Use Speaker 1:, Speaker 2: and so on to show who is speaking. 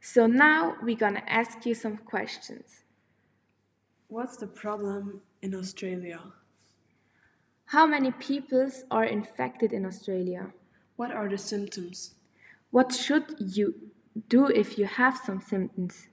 Speaker 1: So now we're gonna ask you some questions.
Speaker 2: What's the problem in Australia?
Speaker 1: How many peoples are infected in Australia?
Speaker 2: What are the symptoms?
Speaker 1: What should you do if you have some symptoms?